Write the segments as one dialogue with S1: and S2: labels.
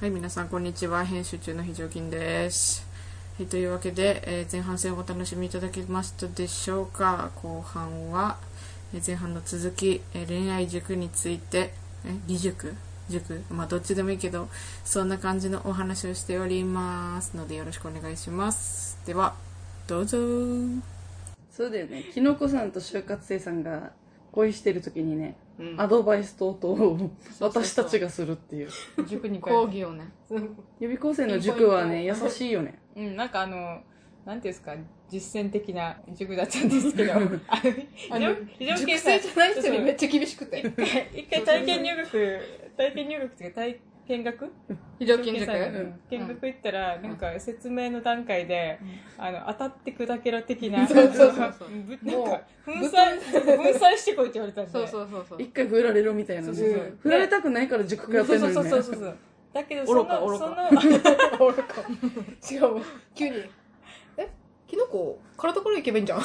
S1: はい、皆さん、こんにちは。編集中の非常勤です。はい、というわけで、えー前半戦をお楽しみいただけましたでしょうか。後半は、えー前半の続き、えー恋愛塾について、え、義塾塾まあ、どっちでもいいけど、そんな感じのお話をしておりますので、よろしくお願いします。では、どうぞ。うん。
S2: そうだよね。きのこさんと就活生さんが恋してる時にね、アドバイス等々を
S3: そうそう
S2: 私たちがするっていう。
S3: 塾に
S1: 講
S3: 通
S1: 義をね。
S2: 予備校生の塾はね、
S3: ピ
S2: 優
S3: ンポイント
S2: しいよね。
S3: ううんなんかあのなんていうんですか実践的な塾だったんです けどあの非常非常
S1: 塾
S3: 勤
S1: 生
S3: 生
S1: じゃない人にめっ
S3: ち
S1: ちゃ厳しくて。
S3: ゃ一回体験入学体験入学っていうか体見学
S1: 非常勤塾
S3: うん見学行ったら、なんか説明の段階で、あの当たって砕けろ的な
S1: そうそうそうそう
S3: ぶなん
S1: も
S3: か粉
S1: ぶっ
S3: 砕
S1: 飛
S3: 粉砕してこいって言われたんで
S1: そうそうそうそう。
S2: 一回振られろみたいなね。
S3: そうそうそう
S2: 振られたくないから塾通ってるの
S3: そうそうそう
S2: に
S3: そ
S2: ね
S3: う。そうだけどそ
S1: 愚か
S3: の
S1: 愚か
S3: その
S4: 愚か。しかも、急に、えキノコ、体からいけばいいんじゃん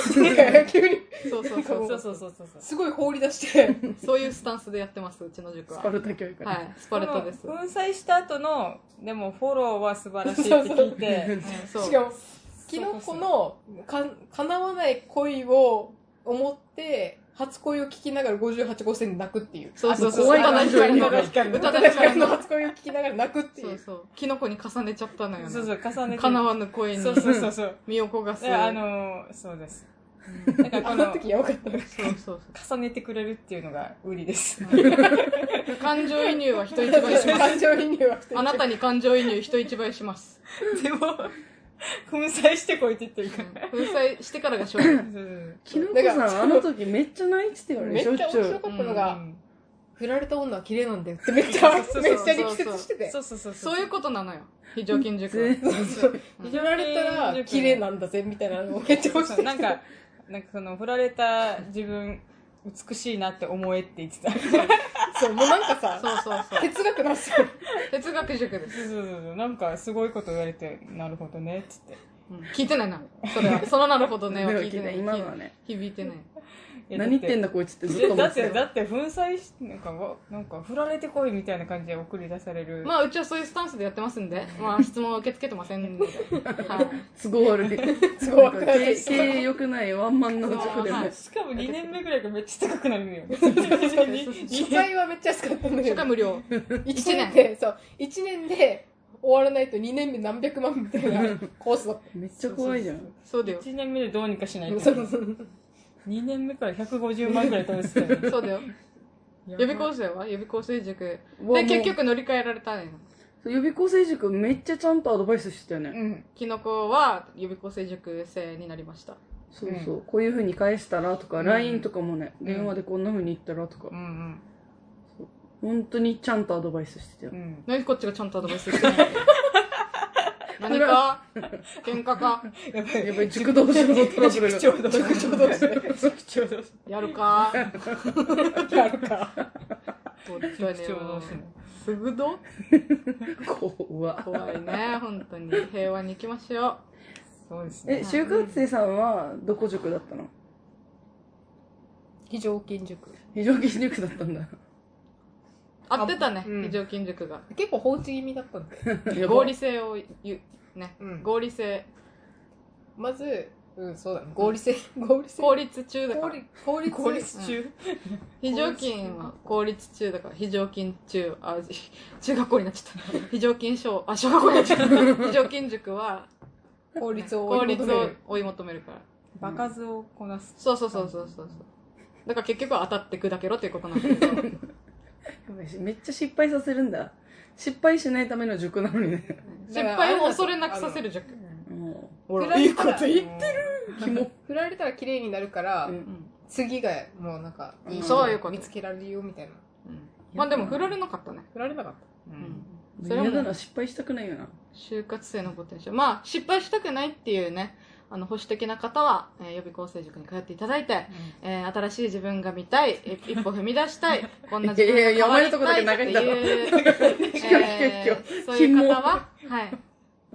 S4: 急に、
S1: そうそう
S3: そ
S1: そう
S3: うそうそうそうそう
S4: すごい放り出して、そういうスタンスでやってます、うちの塾
S2: ス
S4: は。
S2: パルタ教育
S4: は
S2: ね。
S4: い、スパレットです
S3: そ。の粉砕した後のでもフォローは素晴らしいって聞いて
S1: そう
S4: しかも、キノコのか叶わない恋を思って、初恋を聞きながら58号線で泣くっていう。
S1: そうそうそう。
S2: 怖い
S1: 歌
S2: 感
S1: 田
S2: 情にな
S1: 光の
S2: る
S1: 歌田
S4: 誰か
S1: 光
S4: の
S1: の。
S4: 初恋を聞きながら泣くって
S1: そ
S4: いうう。
S1: そう。キノコに重ねちゃったのよ
S3: そう
S1: ね。
S3: そう重ねて
S1: 叶わぬ恋に
S3: そうそうそうそう
S1: 身を焦がす。
S3: であのそうですなんか
S4: あ
S3: こ
S4: の
S3: の
S4: 時やばかった。
S1: そうそう
S3: 重ねてくれるっていうのが売りです
S1: そう。感情移入は人一倍します。
S4: 感情移入はして
S1: あなたに感情移入人一倍します。
S3: でも粉砕してこいって言って
S1: う
S3: る
S1: ん
S3: か
S1: 粉砕してからが勝負。
S3: らそうそう
S2: きのこさん、あの時めっちゃ泣いてたよ
S4: め
S2: ね、し
S4: っち
S2: ょっ
S4: ゃ面
S2: ちゅ
S4: 白
S2: う。
S4: かったの
S3: そう
S4: が、振られた女は綺麗なんだよってめっちゃ、めっち
S3: そうそ
S4: ゃ
S3: う
S4: 力説してて。
S3: そうそうそうそう
S1: そういうことなのよ。非常勤塾は
S2: 全。然
S3: 非
S4: 振
S3: 常
S4: られたら綺麗なんだぜみたいなのをめっちゃ
S3: そう
S4: 押し
S3: そ
S4: て
S3: うなんかなんかその振られた自分美しいなって思えって言ってたそう
S4: そうもうなんかさ
S1: そうそうそう。
S4: 哲学なんですよ
S1: 哲学塾です。
S3: そうそうそうなんかすごいこと言われてなるほどねって言って
S1: うん聞いてないな。それは。そのなるほどねは聞いてない。
S2: 今のはね、
S1: 響いてない。
S3: いや
S2: 何言ってん
S3: だ
S2: だこいつってずっと
S3: て
S2: 思
S3: だ
S2: っ
S3: ってて
S2: た
S3: だ
S2: よ。
S3: って粉砕しなんかわなんか振られてこいみたいな感じで送り出される
S1: まあ、うちはそういうスタンスでやってますんで、まあ、質問は受け付けてませんので。はい。
S2: 都合悪い。
S4: 都合悪い
S2: なんか経経営良くないワンマンの塾で
S1: あーは
S2: も
S1: い。
S3: しかも2年目ぐらいがめっちゃ高くなる のよ
S4: 初回はめっちゃ安かったんだけ
S1: 初
S4: ど
S1: 回無料。
S4: 1年でそう一年で終わらないと2年目何百万みたいなコースだっ
S2: めっちゃ怖いじゃん。
S1: そうだよ。
S3: 1年目でどうにかしない
S4: た
S3: と
S4: そうそう
S3: 2年目から150万ぐらい取れてたよね
S1: そうだよ。
S3: やば
S1: 予
S3: い
S1: 備校生は予備校生塾。
S2: うわ
S1: で、結局乗り換えられたのよ。
S2: そう予備校生塾めっちゃちゃんとアドバイスしてたよね、
S4: うん
S1: キノコは予備校生塾生になりました。
S2: そうそう、こういう風に返したらとか、
S3: うん
S2: LINE とかもね
S3: ん
S2: 電話でこんな風に言ったらとか
S3: う、ん
S2: 本当にちゃんとアドバイスしてたよ
S3: うんう、ん
S1: 何こっちがちゃんとアドバイスしてない何か喧嘩か
S3: やばい
S2: やっぱり塾同士のトラブルが
S3: 塾長同士塾長同士塾長同士
S1: やるか
S3: やるか
S1: どっちだね
S3: 塾長同士の
S1: すぐど
S2: 怖
S1: 怖いね、本当に。平和に行きましょう。
S3: そうですね
S2: え就活生さんはどこ塾だったの
S4: 非常勤塾
S2: 非常勤塾だったんだ
S1: 合ってたね、
S4: うん
S1: 非常勤塾が。
S4: 結構放置気味だったんだよ
S2: やば
S1: 合理性を言う。ね、
S4: うん
S1: 合理性。
S4: まずうんそうだね合理性合理性
S1: 効率中だか
S4: 効
S1: ら。
S4: 率効率
S3: 公立中
S1: 非常勤は公立中だから、非常勤中、あ、 じ中学校になっちゃった。 非常勤小、あ、小学校にな っちゃった。非常勤塾は、
S4: 効率を
S1: 公
S4: 追い
S1: 立
S4: 求め
S1: を
S4: る
S1: 追い求めるから。
S3: 場数をこなす
S1: そうそうそうそうそうそう。だから結局は当たって砕けろっていうことなんだけ ど、
S2: やばいしめっちゃ失敗させるんだ失敗しないための塾なのにね
S1: 失敗を恐れなくさせる塾。
S2: も
S1: ほ
S4: あ
S1: ら。
S4: の
S2: ういいこと言って
S3: る
S2: キモ
S4: 振られたら綺麗になるから、
S2: うん
S1: うん
S4: 次がもうなんかいい
S1: そういうこと
S4: 見つけられるよみたいな
S1: うんまあでも振られなかったね。
S4: 振られなかっ
S1: うんそれはもう
S2: 嫌だな失敗したくないよ な
S1: 就活生のポテンシャル。まあ、失敗したくないっていうね、あの、保守的な方は、えー予備校生塾に通っていただいて、えー新しい自分が見たい、え一歩踏み出したい、こんな自分が変わりたいっていう、
S2: いやいやや
S1: えーそういう方は、はい、
S4: た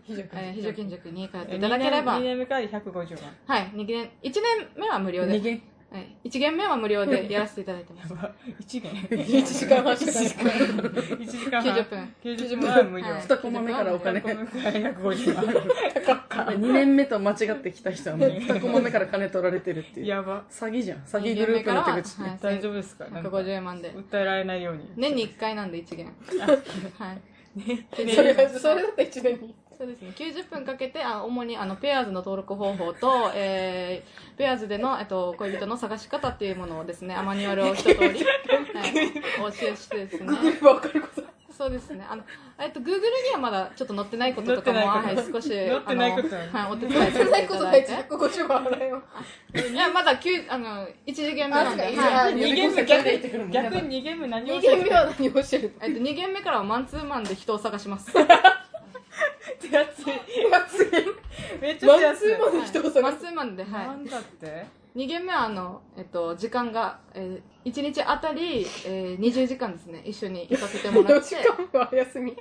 S4: 非常
S1: えー非常勤塾に通って
S3: い
S1: いただければ、
S3: 2
S1: はい、
S3: 年目から150万
S1: 2年、1年目は無料
S2: 逃
S1: で、
S2: げ
S1: はい、1限目は無料でやらせていただいてます。
S3: 1元。
S4: 1時間半しかないから
S3: 1時間半。
S1: 90分。
S3: 90分は無料。
S1: はい
S2: 二コマ目からお金
S3: このくらいが50万。
S2: 2年目と間違ってきた人は もう2コマ目から金取られてるっていう
S3: やば。
S2: 詐欺じゃん詐欺グループの手口
S1: はい
S3: 大丈夫ですかなんか
S1: 150万で。
S3: 訴えられないように。
S1: 年に1回なんで1限。はい。
S4: それはそれだったら1年に
S1: そうですね。90分かけて、あ主にあのペアーズの登録方法と、 えー、ペアーズでの、えっと、恋人の探し方っていうものをですね、アマニュアルを一通り、はい、お教えしてですね。
S4: 分かること
S1: そうですね。あの、えっと、Google にはまだちょっと載ってないこととかも、は
S3: 載
S1: い
S3: ってない、こと
S1: 少し、
S3: 載ってないこと
S1: あのはい、お手伝いさせ
S4: な
S1: て
S4: い
S1: い
S4: こ
S1: た
S4: と
S1: だ
S4: ない
S1: い
S4: 一
S1: て。
S4: 150万払えよ
S1: いや、まだ9、あの、1次元目なんで、
S4: あそうか
S1: はい。
S3: 2ゲーム逆に、逆に2ゲーム何を
S4: 2
S3: 教え
S4: 軒
S3: て
S4: 目
S3: る
S4: は何を教える
S1: えっと、2限目からはマンツーマンで人を探します。
S3: 手厚い。めっちゃ
S4: マ
S3: 手
S4: ン
S3: 厚
S4: ツ
S3: い
S4: ー。マンの人を
S1: マ
S4: 探
S1: ン
S4: す
S1: ツーマンで、はい。
S3: なんだって
S1: 2限目はあの、えっと、時間が、えー、1日あたり、えー、20時間ですね一緒に行かせてもら
S4: 4
S1: って
S4: 時間は休み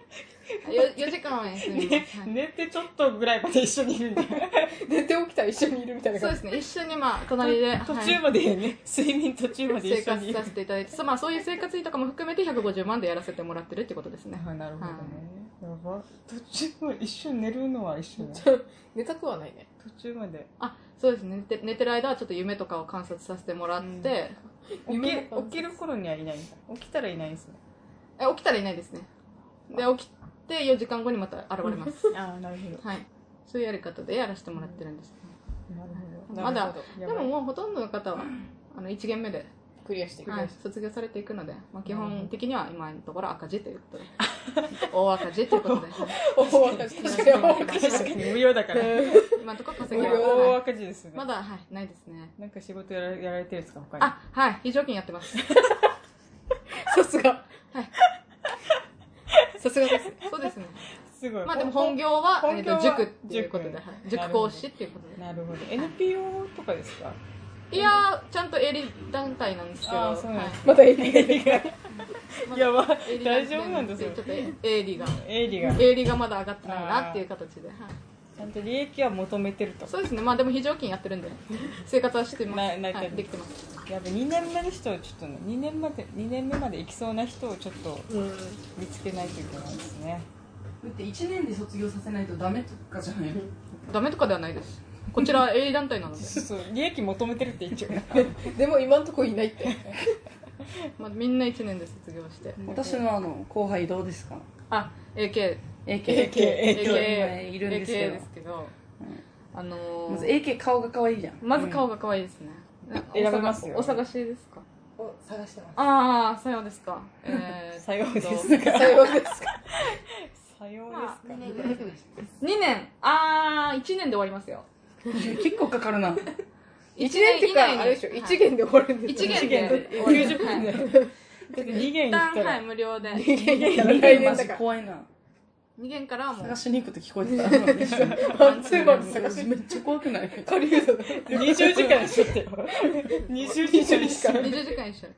S1: 4, 時間は休 みます、はい
S3: 寝てちょっとぐらいまで一緒にいるんだよ
S4: 寝て起きたら一緒にいるみたいな
S1: そう
S4: 感
S1: で
S4: じ
S1: すね一緒にまあ 隣で、
S3: 途
S1: はい
S3: 中までね、睡眠途中まで
S1: 生
S3: 一緒に
S1: 活
S3: いる
S1: させていただいて、そうまあ、そういう生活費とかも含めて150万でやらせてもらってるってことですね
S3: あなるほどね、やば途中まで一緒に寝るのは一緒だ
S4: 寝たくはないね
S3: 途中まで
S1: あそうですね寝て寝てる間はちょっと夢とかを観察させてもらって、
S3: うん
S1: え
S3: 起き
S4: 夢の
S3: 起きる頃にはいないんだ起きたらいないんですね
S1: 起きたらいないですねで起きて4時間後にまた現 れます、
S3: ああなるほど
S1: はい、そういうやり方でやらせてもらってるんです、
S3: なるほど
S1: まだ
S3: なるほど
S1: でも
S3: やばい
S1: もうほとんどの方はあの1限目で
S4: クリアしていく
S1: はい、卒業されていくので、まあ、基本的には今のところ赤字という ことで大赤字ということで、はい
S4: 大赤字確かに大赤字
S3: 確かに無料だから
S1: 今のところ稼ぎは、
S3: 大
S1: はい
S3: 赤字ですね
S1: まだ、はい、ないですね
S3: なんか仕事やらやられてるんですか他に
S1: あはい非常勤やっ てます
S4: さすが
S1: さすがですそうですね
S3: すごい
S1: まあでも本業は
S3: 本業は
S1: えーと塾っていうことで、は
S3: 塾
S1: い、塾講師っていうことで
S3: なるほど NPO とかですか
S1: いやーちゃんと営利団体なんですけど
S3: あーそうなんです
S4: まだいない
S1: まだ
S3: やば
S1: はい営利団
S3: 大
S1: 体
S3: 丈夫なんです
S1: ちょ
S3: よ
S1: っと営利が
S3: 営利が
S1: 営利がまだ上がってないなっていう形で、はい、
S3: ちゃんと利益は求めてると
S1: そうですねまあでも非常勤やってるんで生活はしてます
S3: ななりたい
S1: はい、できてます
S3: やべ2年目の人をちょっとね2年まで2年目まで行きそうな人をちょっと見つけないといけないですね
S2: だって1年で卒業させないとダメとかじゃないよ
S1: ダメとかではないですこちらは営利団体なので
S3: そうそう利益求めてるって一応
S4: でも今んとこいないって
S1: まあ、みんな1年で卒業して
S2: 私のあの後輩どうですか
S1: あ AK
S2: AK,
S1: AK
S2: いるんですけ
S1: AK
S2: ど
S1: ですけど、あのー
S2: まず AK 顔が可愛いじゃん
S1: まず顔が可愛いですね、
S3: 選べますよ
S1: お探しですか
S4: 探してま
S1: ああさようですかえー、
S3: さようです
S4: すさようですか
S3: さよう
S1: まあ
S3: ですか
S1: 2年ああ1年で終わりますよ
S2: 結構かかるな
S4: 1
S1: 1
S4: 年っていうかあれでしょ1元で終わるんです
S1: 1
S3: 一
S1: 限
S3: 元
S1: で
S3: で90分でだって2
S1: 一
S3: 限行っ
S1: 旦
S3: た
S1: はい
S3: ら
S1: 無料で
S4: や
S2: 見
S4: 来
S2: て
S4: 年
S2: マ
S4: だ
S2: ジ
S4: から
S2: 怖いな
S1: 2限からはもう
S2: 探しに行くと聞こえてた
S4: マンツーマンで探して
S2: めっちゃ怖くない
S4: 借りるの
S3: 20時間一緒ってよ20時間一緒
S1: 20時間一緒に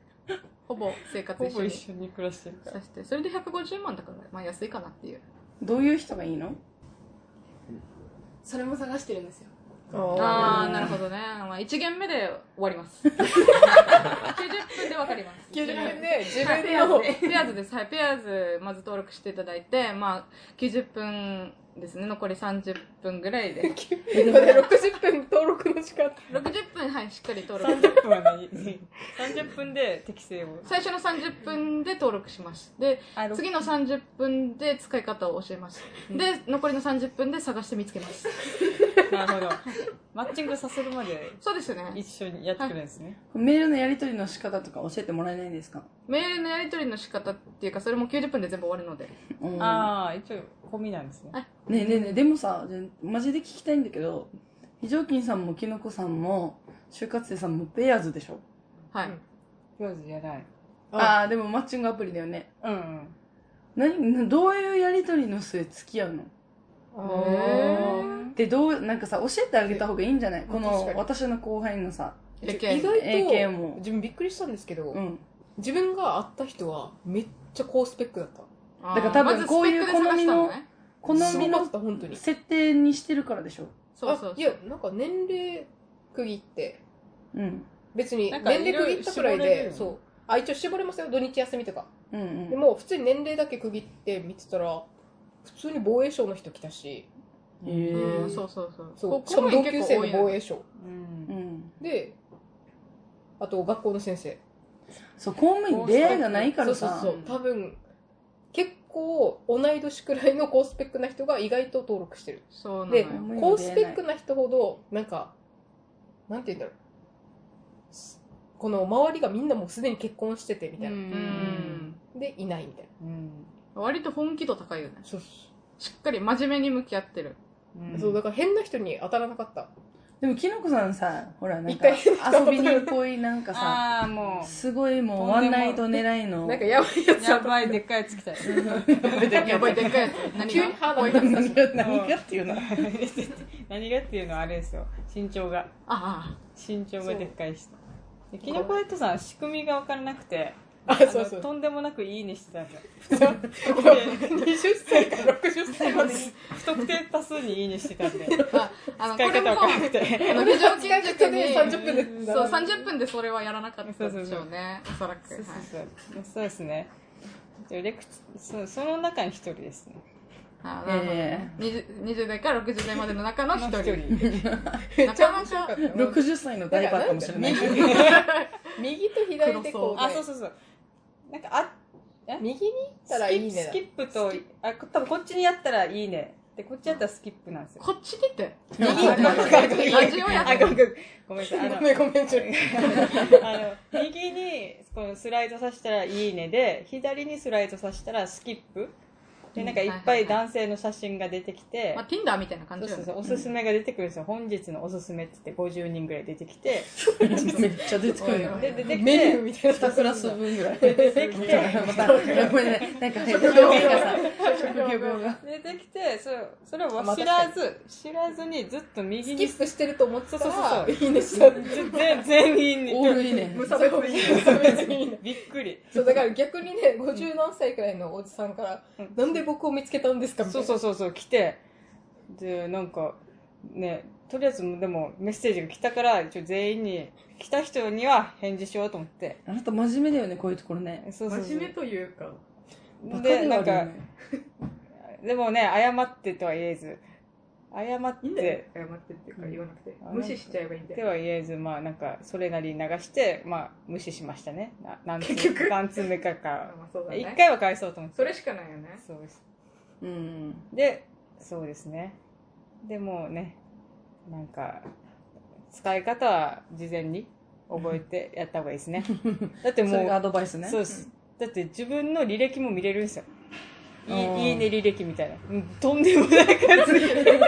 S1: ほぼ生活
S3: ほ
S1: 一緒
S3: ぼ
S1: に
S3: 一緒に暮らしてるから
S1: させてそれで150万だからまあ安いかなっていう
S2: どういう人がいいの
S1: それも探してるんですよ
S4: あ
S1: ああなるほどね、まあ、1限目で終わります90分で分かります
S4: 90分で自
S1: は
S4: 分
S1: いペアー
S4: の
S1: ズペアーズですはいペアーズまず登録していただいてまあ90分ですね残り30分ぐらいで
S4: まだ60分登録の時間
S1: 60分はいしっかり登録
S3: 30分はない30分で適正を
S1: 最初の30分で登録しますで
S3: あ
S1: 次の30分で使い方を教えますで残りの30分で探して見つけます
S3: なるほどマッチングさせるまで
S1: そうですよね
S3: 一緒にやってくれるんですね
S2: メールのやり取りの仕方とか教えてもらえないんですか
S1: メールのやり取りの仕方っていうかそれも90分で全部終わるので
S2: うん
S3: ああ一応込みなんですね
S2: ねえねえねえでもさじゃマジで聞きたいんだけど非常勤さんもきのこさんも就活生さんもペアーズでしょ
S1: はい、
S3: 上手じゃない
S2: ああーでもマッチングアプリだよね
S3: うんうん
S2: 何どういうやり取りの末付き合うの
S1: へ
S2: でどうなんかさ教えてあげた方がいいんじゃないこ
S4: 確
S2: の
S4: かに
S2: 私の後輩のさ
S1: え
S4: ちょ意外と
S2: AK も
S4: 自分びっくりしたんですけど、
S2: うん
S4: 自分が会った人はめっちゃ高スペックだった
S1: だ
S2: だから多分こういう好みの
S1: ね
S2: 好
S4: す
S2: み
S4: ごかっ
S2: の
S4: た本当に
S2: 設定にしてるからでしょ
S1: そうそう
S4: あいやなんか年齢区切って
S2: うん
S4: 別に
S3: なん
S4: 年
S3: か
S4: 齢区切ったくらい
S3: いろいろ絞れるよ
S4: で
S3: ね
S4: そうあ一応絞れますよ土日休みとか
S2: うんうん
S4: でも普通に年齢だけ区切って見てたら普通に防衛省の人来たし
S2: へえ
S5: うん、そうそうそう。
S4: そう
S5: こ
S4: しかも同級生の
S5: 公
S4: 防
S5: 務員
S4: 衛省
S3: うん
S2: うん
S4: であと学校の先生
S2: そう公務員出会いがないから
S4: そうそう
S2: さ
S4: そう多分結構同い年くらいの高スペックな人が意外と登録してる
S5: そうなの
S4: で
S5: よ。
S2: うん
S4: 高スペックな人ほどなんかなんて言うんだろうすこの周りがみんなもうすでに結婚しててみたいな、
S5: うん。
S4: でいないみたいな
S3: うん
S5: 割と本気度高いよね。
S4: そうそ
S5: しっかり真面目に向き合ってる。
S4: うそうだから変な人に当たらなかった
S2: でもきのこさんさほらなんか
S4: 一回
S2: 遊びに行こいなんかさ
S3: あーも
S2: すごいもう
S3: と
S2: ワ
S3: んで
S2: ン
S3: も
S2: ナイト狙いの
S4: なんかやばいや
S3: う
S4: つ
S3: や
S4: だと
S3: ばいでっかいやつ来たよ
S5: やばい、でっかいやつ。何
S4: 急に
S5: が
S4: 歯が痛くなっ
S2: 何
S4: た
S2: が何がっていうの
S3: 何がっていうのはあれですよ身長が
S5: あ
S3: 身長がでっかい人でキノコヘッドさん仕組みが分からなくて
S4: あ
S3: あの
S4: そうそう
S3: とんでもなくいいにしてたんですよ
S4: 20歳から60歳まで
S3: 不特定多数にいいにしてた んで
S5: あ、あの、こ
S3: 使い
S5: れ
S3: 方
S5: も、
S3: 分からなくて
S5: あの、非常勤塾に、
S4: 使い方で30分で
S5: そう、30分でそれはやらなかったでしょうね。おそらく。
S3: そうそう
S5: はい
S3: そうそうですねでレクチそうその中に一人ですね
S5: あなるほどね20 20代から60代までの中の一
S3: 一
S5: 人。
S3: 人
S4: め
S5: な
S4: っち
S5: か
S4: ゃ面
S5: な
S4: 白かっ
S5: か、
S4: た
S2: 60歳のダイバーかもしれない
S4: 右と左でこう、
S3: あそうそうそうなんかあ
S4: 右に行ったらいいね
S3: スキップスキップとあこ多分こっちにやったらいいねでこっちやったらスキップなんですよ
S5: こっちにって。
S3: あごめん
S5: ラジオやってる。
S3: ごめんなさいあの
S4: ごめんごめんちょっ
S3: あの右にこのスライドさせたら「いいね」で左にスライドさせたら「スキップ」でなんかいっぱい男性の写真が出てきて、
S5: まあ、Tinder みたいな感じ
S3: そう
S5: よ
S3: そう
S5: ね
S3: そうおすすめが出てくるんですよ本日のおすすめって言って50人ぐらい出てきて
S2: とめっちゃ出てくるよ
S3: で出て
S4: と
S3: き
S4: メニュー
S3: て
S4: みたいな
S2: 2クラス分ぐらい
S3: 出てきて
S2: またごめんねなんか職業病がさ職業病が
S3: 出てきてそれそれを
S4: まあ
S3: 知らず知らずにずっと右
S4: スキ
S3: に
S4: ップしてると思ってたら
S3: そうそう
S4: いいねした
S3: ず全全員
S2: オール
S3: に
S2: いいね
S4: 無差別に無差別にいいね
S3: びっくり
S4: そうだから逆にね50何歳くらいのおじさんから「
S3: うん
S4: なんで僕を見つけたんですか?」みた
S3: そ
S4: いうな
S3: そうそうそう来てでなんかねとりあえずでもメッセージが来たから一応全員に来た人には返事しようと思って
S2: あなた真面目だよねこういうところね
S3: そうそうそう
S5: というか。
S2: バカではあ
S3: で
S2: る
S3: な
S2: よ
S3: んか
S2: ね
S3: でもね謝ってとは言えず謝っ
S1: いいんだよ
S3: て
S1: 謝ってっていうか言わなくて、
S3: うん
S1: 無視しちゃえばいいんだ
S3: で
S1: よ
S3: は言えずまあなんかそれなりに流してまあ無視しましたねな何つ
S1: 結局
S3: 何つ目かか
S1: あまあそうだ
S3: 一、
S1: ね
S3: 回は返そうと思って
S1: それしかないよね
S3: そうです
S2: うん
S3: でそうですねでもうねなんか使い方は事前に覚えてやった方がいいです ねだって
S2: それが
S3: も
S2: アドバイス
S3: う
S2: ね
S3: そうですだって自分の履歴も見れるんですよい
S2: あー
S3: いいいね履歴みたいな、うん、とんでもない数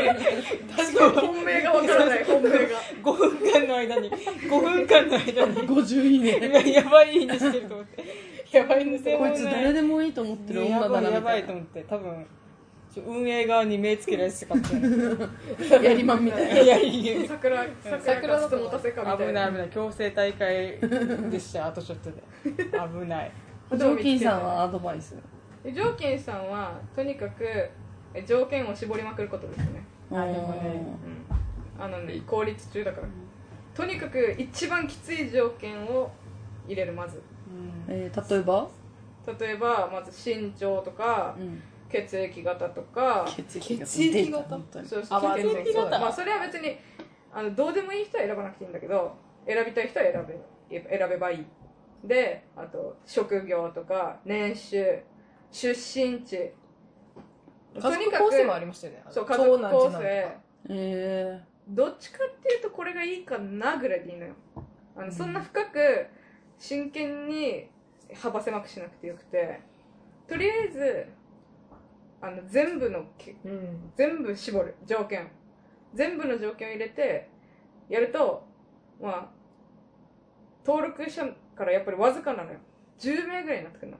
S1: 確かに本命がわからない本命が
S3: 5分間の間に5分間の間に
S2: 50いいね
S3: 今やばいいいねしてると思って
S4: やばいんです
S3: で
S4: よ
S3: も
S2: こ
S3: ね
S2: いつ誰でもいいと思ってる
S3: や
S2: 女だ
S3: ばい
S2: な
S3: や
S2: みた
S3: ば
S2: い
S3: いと思って多分ちょ運営側に目つけられてたかもしれない
S2: なやりまんみたいない
S3: やいや
S1: 桜桜
S4: 桜だ
S1: か
S4: と
S1: つと
S4: 思
S1: 持
S4: う
S1: たせかみた
S3: 危
S1: い
S3: な
S1: ない
S3: 危ない強制大会でしたあとちょっとで危ない
S2: 条件さんはアドバイス
S1: で条件さんはとにかくえ条件を絞りまくることですね、
S3: あでもね
S1: うん、あのね効率中だから、とにかく一番きつい条件を入れるまず
S2: えー例えば
S1: 例えばまず身長とか
S2: うん
S1: 血液型とか
S2: 血液型
S4: 血液型
S2: データ本当に
S1: そうそう
S4: あまあ
S1: 血液
S4: そうだ
S1: まあそれは別にあのどうでもいい人は選ばなくていいんだけど選びたい人は選べ選べばいいであと職業とか年収出身地
S4: 家族構成もありましたよね
S1: そう家族構成
S2: え
S1: どっちかっていうとこれがいいかなぐらいでいいのよあのそんな深く真剣に幅狭くしなくてよくてとりあえずあの全部のけ
S4: うん
S1: 全部絞る条件全部の条件を入れてやるとまあ登録者からやっぱりわずかなのよ10名ぐらいになってくるの、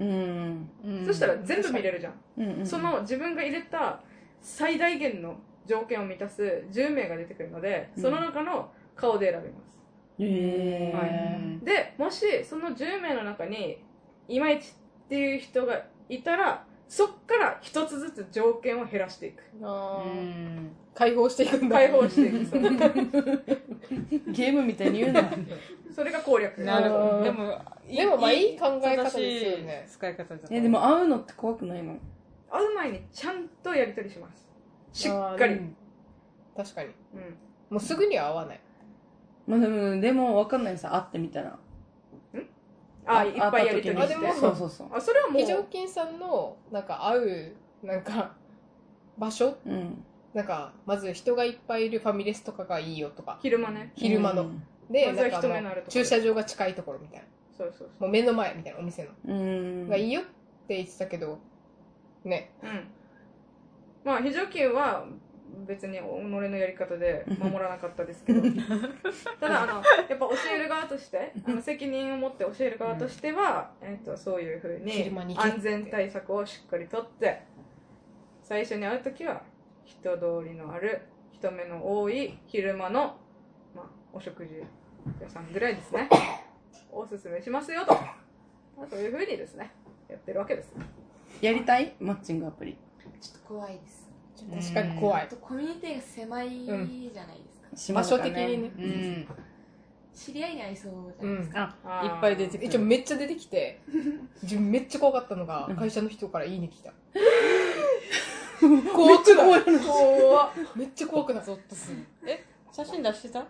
S2: ーうん
S1: そしたら全部見れるじゃん、
S2: うんうん
S1: その自分が入れた最大限の条件を満たす10名が出てくるのでその中の顔で選べます、
S2: えー
S3: はい
S1: でもしその10名の中にいまいちっていう人がいたらそっから一つずつ条件を減らしていく。
S4: あ
S5: う
S4: ー
S5: ん
S4: 解放していくんだ。
S1: 解放していく。その
S2: ゲームみたいに言うな。
S1: それが攻略。
S4: なるほど
S3: でも、
S4: でもまあいい考え方ですよね
S3: 正しい使い方だと思
S2: え、
S3: う
S2: でも会うのって怖くないの
S1: 会う前にちゃんとやり取りします。しっかり。
S4: あーう
S1: うん
S4: ん確かに。もうすぐには合わない。
S2: まあでも、でも分かんないさ、会ってみたら。
S1: あ、いっぱいやり取り
S4: あ
S1: し
S4: で
S1: て
S4: も。
S2: そうそうそう。
S1: あ、それはも
S4: 非常
S1: う、
S4: 勤さんの、なんか会う、なんか、場所
S2: うん。
S4: なんか、まず人がいっぱいいるファミレスとかがいいよとか。
S1: 昼間ね。
S4: 昼間の
S2: うん。
S4: で、
S1: まずは
S4: なん
S1: 人
S4: か
S1: 目
S4: あ
S1: の
S4: の
S1: あるところ
S4: 駐車場が近いところみたいな。
S1: そうそうそう。
S4: もう目の前みたいなお店の。
S2: うん。
S4: がいいよって言ってたけど、ね。
S1: うん。まあ、非常勤は別に己のやり方で守らなかったです けど、ただ、あの、やっぱ教える側として、あの責任を持って教える側としては、えっと、そういうふう
S4: 昼間に
S1: に
S4: 行けって
S1: 安全対策をしっかりとって、最初に会うときは、人通りのある、人目の多い昼間の、まあ、お食事屋さんぐらいですね、おすすめしますよと、まあそういうふうにですね、やってるわけです。
S2: やりたいマッチングアプリ。
S6: ちょっと怖いです。ちょっと
S4: 確かに怖
S6: あ
S4: い。
S6: とコミュニティが狭いじゃないですか。
S2: 島
S4: 場
S2: だ
S4: 所
S2: から
S4: 的にね。
S5: うん
S6: 知り合いに会いそうじゃないですか。
S1: あー
S3: いっぱい出てくる
S4: 一応めっちゃ出てきて、自分めっちゃ怖かったのが
S2: うん、
S4: 会社の人からいいね来 た。怖くない怖っめっちゃ怖くなった。
S3: 写真出してた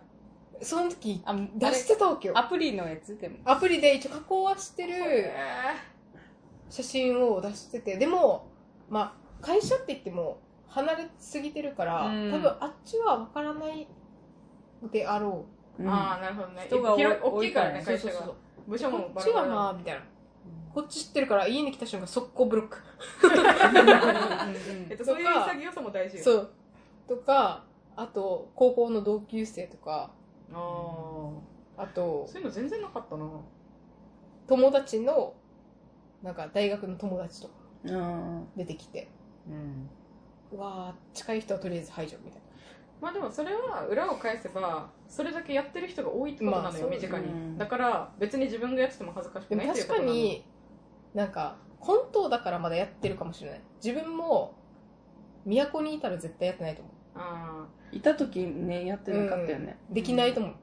S4: その時、
S3: あ
S4: 出してたわけよ。
S3: アプリのやつでも。
S4: アプリで一応加工はしてる写真を出してて、でも、まあ、会社って言っても離れすぎてるから、
S3: うん
S4: 多分あっちは分からないであろう。
S2: うん
S1: ああ、なるほどね。
S3: 人が多い
S1: 広い大きいからね、
S3: 多
S1: 会
S4: そ
S1: 社
S4: うそうそ
S1: が
S4: う。
S1: 部署も
S4: こっ
S1: バ
S4: ち
S1: ラバ
S4: は
S1: ラ。
S4: まあ、みたいな。こっち知ってるから、家に来た瞬間速攻ブロック。
S1: えっと、そういう潔さも大事よ。
S4: そう。とか、あと、高校の同級生とか、
S1: ああ
S4: あと
S1: ー。、そういうの全然なかったな。
S4: 友達の、なんか大学の友達とか
S2: あ
S4: 出てきて、うわー近い人はとりあえず排除みたい
S1: まあでもそれは裏を返せば、それだけやってる人が多いってことなのよ、
S4: まあ
S1: 身近
S2: う
S1: に。
S2: ん
S1: だから、別に自分がやってても恥ずかしく
S4: な。
S1: な
S4: で
S1: い
S4: も
S1: ってい
S4: 確
S1: うこと
S4: か
S1: なのよ。
S4: に、なんか、本当だからまだやってるかもしれない。自分も、都にいたら絶対やってないと思
S1: あ
S2: ーいた時ね、やってなかったよね。
S4: う。できないと思う。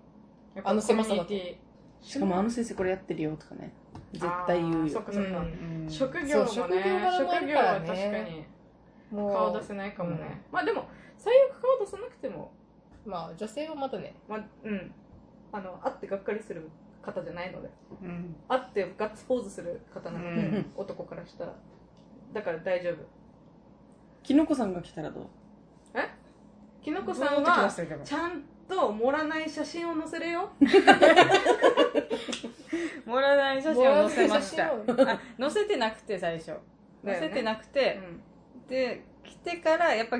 S1: あ。
S4: あの狭さだと
S1: コミュニテ
S2: しかもあの先生これやってるよとかね。
S1: ィ
S2: 絶対言
S1: あ
S2: う
S1: ーそっ
S2: よ。
S1: かそっ
S4: う
S1: か。
S5: うん
S1: 職業もね、
S4: そう
S1: 職
S4: 職業柄もある
S1: 業
S4: か
S1: は
S4: ら
S1: 確
S4: ね
S1: かに
S4: もう、
S1: 顔出せないかもね。まあでも、最悪顔出さなくても、
S4: まあ、女性はまたね、
S1: まあ、うん。あの、会ってがっかりする方じゃないので。
S5: うん
S1: 会ってガッツポーズする方なので、
S2: うん
S1: 男からしたら。だから大丈夫。
S2: きのこさんが来たらどう
S1: きのこさんは、ちゃんと盛らない写真を載せるよ。
S3: もらない写真を載せました。
S4: もう
S3: あ載せてなくて、最初。載せてなくて、で、来てから、やっぱ、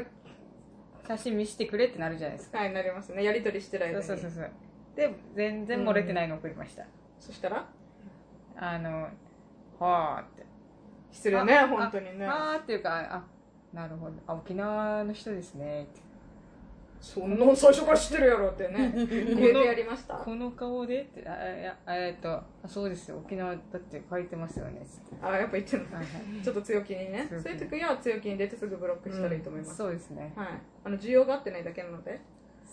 S3: 写真見せてくれってなるじゃないですか。
S1: はい、なりますね。やりとりしてる間
S3: そう
S1: に。
S3: そうそうそう。で、全然漏れてないの送りました。
S1: そしたら
S3: あの、はーって。
S1: 失礼ね、
S3: あ
S1: 本当にね。
S3: はーっていうか、あ、なるほど。あ、沖縄の人ですね。って
S1: そんなん最初から知ってるやろって ね。言うてやりました。
S3: この顔でって、あ、いや、えっと、あそうですよ。沖縄だって書いてますよね。つって
S1: あ、やっぱ言ってんの。
S3: はいはい
S1: ちょっと強気にね。
S3: 強
S1: そ
S3: 気
S1: ういう時は強気に出てすぐブロックしたらいいと思います。
S3: そうですね。
S1: はい。あの、需要が合ってないだけなので。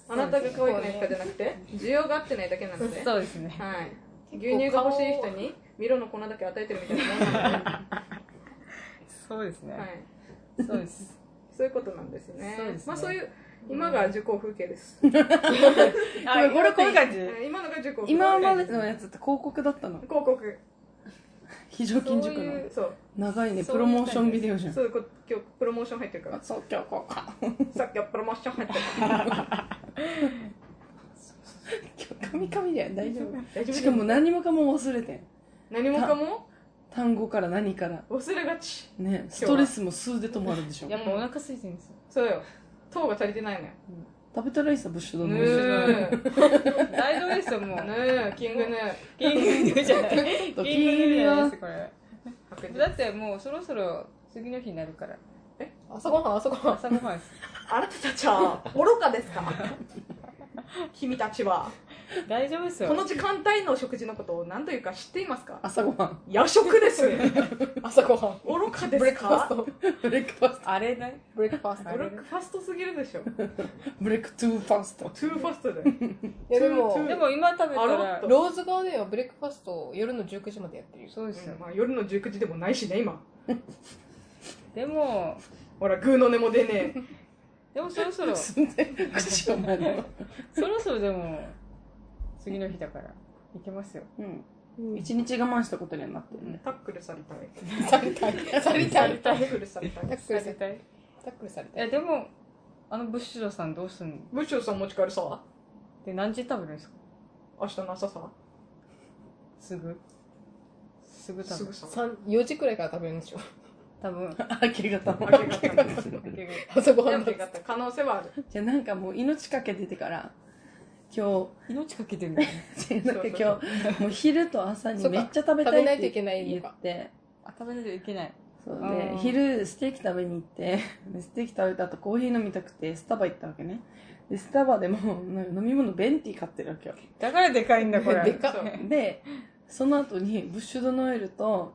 S1: あなたが可愛くないかじゃなくて、需要が合ってないだけなので。
S3: そうですね。
S1: はい。
S4: 結構
S1: 牛乳が欲しい人に、ミロの粉だけ与えてるみたいなもんなんで、は
S3: そうですね。
S1: い。
S3: そう です。
S1: そういうことなんですね。
S3: そうですね
S1: まあそういう、今が受講風景です。
S3: あ、これこういう感じ。
S1: 今のが受講風景。
S2: 今までのやつって広告だったの。
S1: 広告。
S2: 非常勤塾
S3: そう
S2: の
S3: い。
S1: そう。
S2: 長いね、プロモーションビデオじゃん。
S1: そういうこ今日プロモーション入って るから。
S2: そう、今日こうか。
S1: さっきはプロモーション入ってる。
S2: 今日カミカミだよ、大丈
S1: 大
S2: 夫。
S1: 丈 夫
S2: しかも何もかも忘れてん。
S1: 何もかも
S2: 単語から何から。
S1: 忘れがち。
S2: ね、ストレスも数で止まるでしょ
S3: や。っぱお腹空いてるんですよ。
S1: そうよ。糖が足りてないのよ。
S2: 食べたらいいさ、ブッシュド
S1: ね
S2: の。
S1: え。
S3: 大丈夫ですよ、も う。
S1: ねえ、キングね
S3: キングじゃない。
S2: ちょっ
S3: キ
S2: と
S3: ング
S2: 気
S3: じ
S2: に入り
S3: ゃない
S2: は
S3: です、これ。
S1: 白日
S3: だってもうそろそろ次の日になるから。
S4: 朝ごはん、朝ごはん。
S3: 朝ごはんです。
S1: あなたたちは愚かですか 君たちは
S3: 大丈夫です
S1: こ
S3: よ
S1: の時間帯の食事のことを何というか知っていますか
S2: 朝ごはん。
S1: 夜食で すね
S4: 朝ごはん。
S1: 愚かで
S4: ブレ
S1: す
S4: ックファス
S1: か
S4: ト。
S2: ブレックファス
S3: あれね
S4: ブレックファース
S1: ブレッ
S4: ト。
S1: クファストすぎる でしょ
S2: ト。ブレックトゥーファースト。
S1: トゥーファストで
S4: いやでも、
S3: でも今食べた
S1: あろっ
S3: ら
S1: と
S4: ローズガーデンはブレックファストを夜の19時までやってるよ。
S3: そうですよ、
S1: まあ、夜の19時でもないしね今
S3: でも
S1: ほらグーの音も出ねえ
S3: でもそろそろ
S2: すんで、口を前の。
S3: そろそろでも次の日だからいけますよ
S2: うん。一日我慢したことにはなって るね。
S1: タックルされたい
S4: されたい。されたい。
S1: タックルされたい
S4: タックルされたい。
S3: たい
S4: タックルされたい。
S3: えでもあのブッシュドさんどうすんの
S1: ブッシュさん持ち帰るさ
S3: で何時に食べるんですか
S1: 明日の朝さ
S3: すぐすぐ
S1: す
S3: 食べ
S1: ぐ
S3: る
S1: さ
S4: 三4時くらいから食べるんでしょ。
S3: 多分
S2: 明け方も。
S1: 明け方
S4: 朝ごはん
S1: 明
S4: だ
S1: け方可能性はある
S2: じゃあなんかもう命かけててから、今
S3: 命かけてるんだよね
S2: 日、 なんか今日、もう昼と朝にめっちゃ食べ
S4: 食
S2: た
S4: べ
S2: い
S4: ない
S2: っ
S4: とい
S2: て
S4: けない
S2: 言
S4: の
S2: っ
S4: か。
S2: て、
S3: あ食べないといけない
S2: そう
S3: う
S2: で
S3: ん、
S2: 昼ステーキ食べに行って、でステーキ食べた後コーヒー飲みたくてスタバ行ったわけね。で、スタバでもなんか飲み物ベンティー買ってるわけよ。
S3: だからでかいんだこれ
S4: でかっ
S1: そう
S2: で、その後にブッシュドノエルと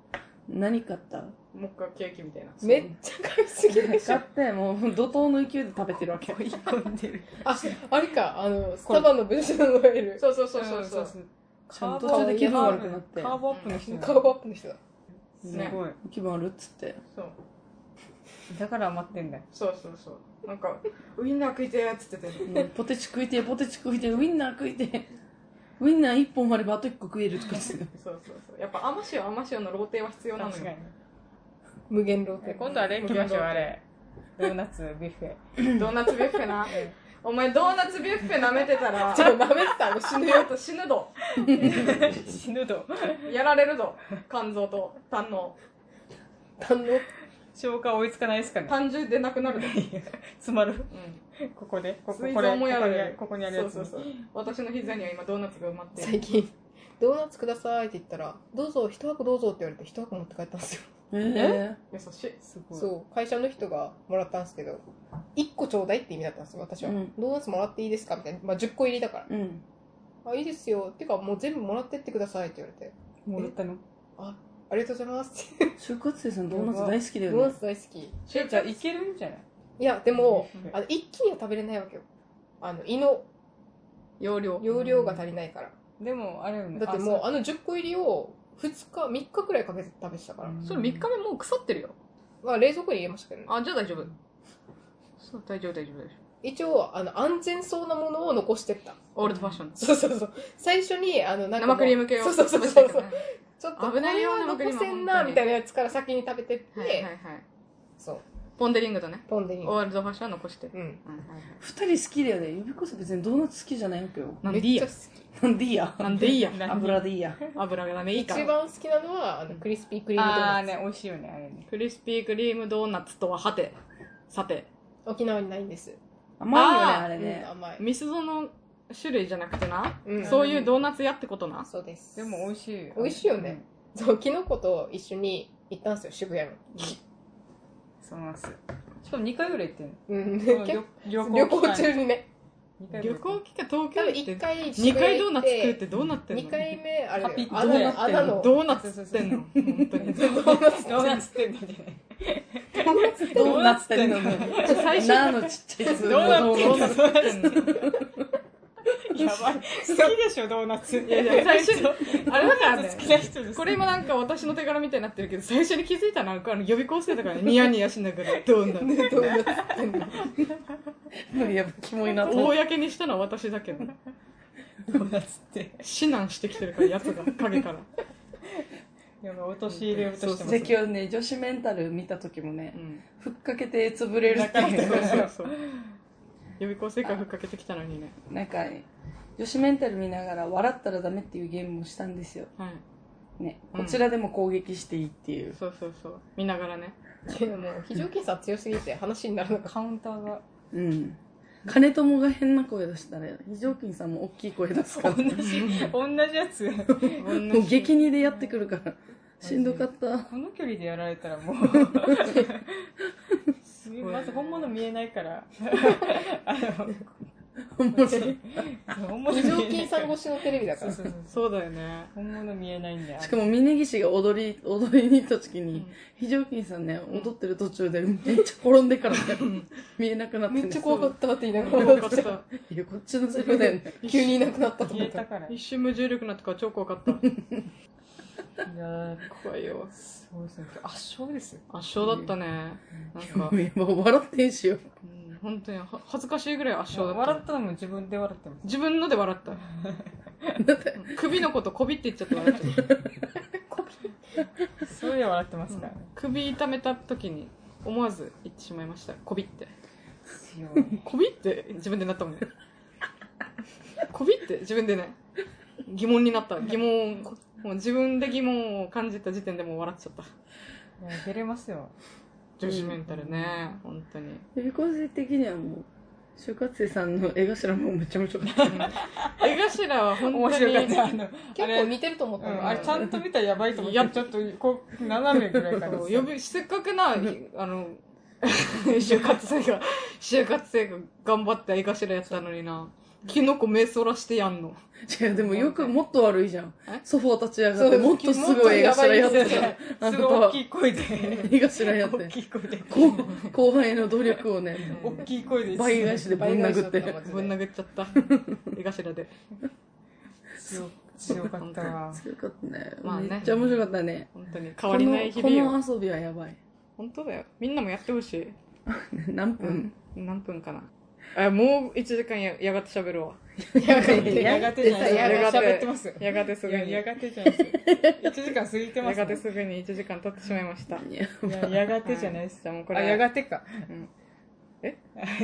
S2: 何買った
S1: もう一回ケーキみたいな
S4: めっちゃ買いすぎでし
S2: 買
S4: ょ
S2: っ。て、もう怒涛の勢いで食べてるわけ。
S3: 追い込んでる
S4: あ、あれか、あの、スタバのブルシュのノエル。
S1: そうそうそうそうそう、
S2: ちゃんと途中で気分悪くなって
S3: カーボアップの人
S4: カーブアップの人だ。
S3: す
S1: ね
S3: ごい
S2: 気分悪っつって。
S1: そう
S3: だから余ってんだよ
S1: そうそうそうなんかウインナー食いてーっつってて
S2: もうポテチ食いてえ、ポテチ食いてえ、ウインナー食いてえ。ウインナー一本あればあと一個食えるとか言ってた。
S1: そうそうそうやっぱアマシオアマシオのローテーは必要なのよ
S3: 確かに
S4: 無限ローテ
S3: え。今度あれ行きましょうあれドーナツビュッフェ
S1: ドーナツビュッフェなお前ドーナツビュッフェ舐めて たら
S4: ちょっと舐めてたの死
S1: 死
S4: ぬ
S1: ぬ
S4: よ。
S1: よと死ぬど
S3: 死ぬと
S1: やられるど肝臓と胆の
S4: 堪能。
S3: 消化追いつかないですかね
S1: 胆汁でなくなるど、
S3: 詰まる
S1: う
S3: ここでここ
S1: 膵
S3: これ
S1: 臓もやられる
S3: ここにあるやつ
S1: そうそうそう私の膝には今ドーナツが埋まってる
S4: 最近、ドーナツくださいって言ったら、どうぞ、一箱どうぞって言われて、一箱持って帰ったんですよ。
S2: え
S1: 優しい
S3: すごい
S4: そう、会社の人がもらったんですけど、1個ちょうだいって意味だったんですよ、私は。
S2: うん
S4: ドーナツもらっていいですかみたいな。まあ、10個入りだから。
S2: えうん。
S4: あ、いいですよ。っていうか、もう全部もらってってくださいって言われて、
S3: もらったの
S4: ありがとうございますって。
S2: 就活生さんドーナツ大好きだ
S4: ドー
S2: よ
S4: ナ
S2: ね。
S4: ツ大好き。
S3: えじゃあいけるんじゃない
S4: いや、でも、
S3: ビュッフ
S4: あの一気には食べれないわけよ。あの、胃の
S5: 容量。
S4: 容量が足りないから。
S3: ェでもあれよね
S4: だってもう、あの10個入りを、2日、3日くらいかけて食べてたから。
S5: それ3日目もう腐ってるよ。
S4: まあ、冷蔵庫に入れましたけどね。
S5: あ、じゃあ大丈夫。そう、大丈夫、大丈夫、大丈
S4: 一応、あの、安全そうなものを残してった。
S5: 夫。オールドファッション。
S4: そうそうそう。最初に、あの、なんかもう
S5: 生クリーム系を。
S4: そうそうそうそう。
S5: は
S4: ちょっと、
S5: 危ないよ
S4: これは
S5: 生クリー
S4: 残
S5: ムは
S4: せんな、
S5: 本当に
S4: みたいなやつから先に食べてって、
S5: いはいはい。
S4: そう、
S5: ポンデリングとね、
S4: ポンデリング。
S5: オールドファッションは残して。
S4: うん。
S5: うんはいはい
S2: 二人好きだよね。指こそ別にドーナツ好きじゃないわけよ。
S5: なん
S4: め
S5: で
S4: っ
S5: いい
S4: ちゃ
S5: や
S4: 好。き。
S2: なんでいいや。
S5: なんでいいや。
S2: 油でいいや。
S5: 油がダメいい
S4: 一
S5: から。
S4: 番好きなのは、あの、クリスピークリームド
S3: ああ
S4: ーナ
S3: ー
S4: ツ。
S3: ね美味しいよねあれね
S5: クリスピークリームドーナツとははて。さて、
S4: 沖縄にないんです。
S2: 甘いよね、
S5: あー
S2: あれ
S4: う
S2: ね
S4: ん、。甘い。
S5: ミスゾの種類じゃなくてな、
S4: うん
S5: そういうドーナツ屋ってことな。
S4: そうです。
S3: でも美味しい
S4: 美味しいよねそう、キノコと一緒に行ったんですよ、渋谷の。
S3: そうなんですよしかも2回ぐらい行ってんの
S4: うん。
S3: この
S4: 結
S3: 旅
S4: 構旅行中
S3: 中
S4: にね。
S5: 旅行期間東
S4: 多
S5: 京
S4: 分
S5: 行
S4: 一
S5: って、
S4: 回
S5: 2
S4: 渋谷
S5: 回ドー
S4: 行
S5: ナ
S4: っ、
S5: ツ食うっててどうなってんの
S4: 二回目、あれだ
S3: ハピ
S4: よ、
S3: ッ
S4: 穴の、穴の、
S5: ドーナツってんの本当に。ドーナツってんの
S2: ドーナツってのも。
S5: 最初
S2: なーのちっちゃいやつ。
S3: ドーナツ
S2: ドーナツ。
S3: やばい 好きでしょドーナツいやいや
S5: 最初に、あれだからね
S3: 好、きな人です
S5: これ今なんか私の手柄みたいになってるけど、最初に気づいたのは、あの予備校生だからね、ニヤニヤしながら、ドーナツ。
S4: ドーナツってんの。
S2: やっぱキモいなと思って。
S5: 公にしたのは私だけど。
S3: ドーナツって
S5: 指南してきてるから、やつが、影から。
S3: やばい落とし入れようとしてます
S2: で、今日ね、女子メンタル見た時もね
S5: う、ん。
S2: ふっかけて潰れるって
S5: そう
S2: いう。
S5: そうそう。予備校生からふっかけてきたのにね。
S2: なんか、女子メンタル見ながら笑ったらダメっていうゲームもしたんですよ。
S5: はい。
S2: ね。
S5: うん
S2: こちらでも攻撃していいっていう。
S5: そうそうそう。見ながらね。
S4: いやもう非常勤さん強すぎて話にならなかった
S3: カウンターが
S2: うん。金友が変な声出したら、非常勤さんも大きい声出す から。も
S3: 同じや つ
S2: う激似でやってくるから。しんどかった。
S3: この距離でやられたらもう すごいまず本物見えないからあの
S2: 本物に
S3: 本物
S4: 非常
S3: 見え
S4: 勤
S3: な
S4: さ
S3: い
S4: ん越しのテレビだか
S3: そうそうそ
S4: ら。
S3: う
S1: そうだよね。
S3: 本物見えないんだよ
S2: しかも峯岸が踊り踊りに行った時
S4: うん
S2: に、非常勤さんね踊ってる途中でめっちゃ転んでからね見えなくなって
S4: め
S2: ね
S4: っちゃ怖かったって言いなが
S2: 怖
S4: ら
S2: かった いやこっちのセリフだよね
S4: 急にいなくなったと
S3: 消
S4: 思っ
S3: えた
S4: た。
S3: からい
S1: 一瞬無重力になったから超怖かった。
S3: やー
S1: 怖いよ。
S3: そうですね圧勝ですよ
S1: 圧勝だったね。なんか、
S2: もうやば笑ってんしよ
S1: うん本当には恥ずかしいぐらい圧勝だった。
S3: 笑ったのも自分で笑ってます
S1: 自分ので笑った。
S2: だって
S1: 首のことこびって言っちゃって笑っちゃった。
S3: それで笑ってますからね
S1: 首痛めた時に思わず言ってしまいました。こびって。
S3: 強い
S1: こびって自分でなったもんね。こびって自分でね。疑問になった。疑問。もう自分で疑問を感じた時点でもう笑っちゃった。
S3: いや照れますよ
S1: 女子メンタルね。本当に。
S2: 指構成的にはもう就活生さんの絵頭もめちゃめちゃ良かった
S1: 江頭は本
S3: 面
S1: 当
S3: 白かっ
S1: に
S3: たあのあ
S4: 結
S3: れ
S4: 構似てると思っ
S3: う
S4: た
S3: ん、あれちゃんと見たらやばいと思っ
S1: や
S3: て、ちょっとこう斜めぐらいから。
S1: そう呼びせっかく な、あの、就活生が、就活生が頑張って相頭やったのにな、キノコ目そらしてやんの。
S2: 違うでもよくもっと悪いじゃん
S1: え
S2: ソファー立ち上がって
S4: そう
S2: もっとすごい絵頭やって
S4: もっとやば
S2: たあ
S3: す
S2: な
S3: ご
S2: た
S3: い大
S2: は
S3: きい声で。
S2: 絵頭やっ
S3: 大
S2: て
S3: きい声で。
S2: 後後輩の努力をね
S3: 大きい声で。
S2: 倍返しでぶん殴って
S1: ぶん殴っちゃった。江頭で。
S3: 強強かったわ。
S2: 強かったね,、
S1: まあね
S2: めっちゃ面白かったね
S1: 本当に変わりない日
S2: この
S1: 々を。
S2: この遊びはやばい
S1: 本当だよ。みんなもやってほしい。
S2: 何分、
S1: 何分かな。あ、もう1時間ややがて喋るわ。
S4: やが
S2: い
S4: て。
S2: や
S3: やがてじゃないです
S4: やがて
S3: 喋ってますよ。
S1: やがてす
S3: い
S1: ぐ
S3: や
S1: に。
S3: や
S1: や
S3: がてじゃないですよ。1時間過ぎてます
S1: が
S3: もん
S1: てすぐに1時間経ってしまいました。
S2: いや
S3: いややがてじゃないです。
S1: じゃあもうこ
S3: あ、
S1: れ。
S3: やがてか。
S1: うん
S3: え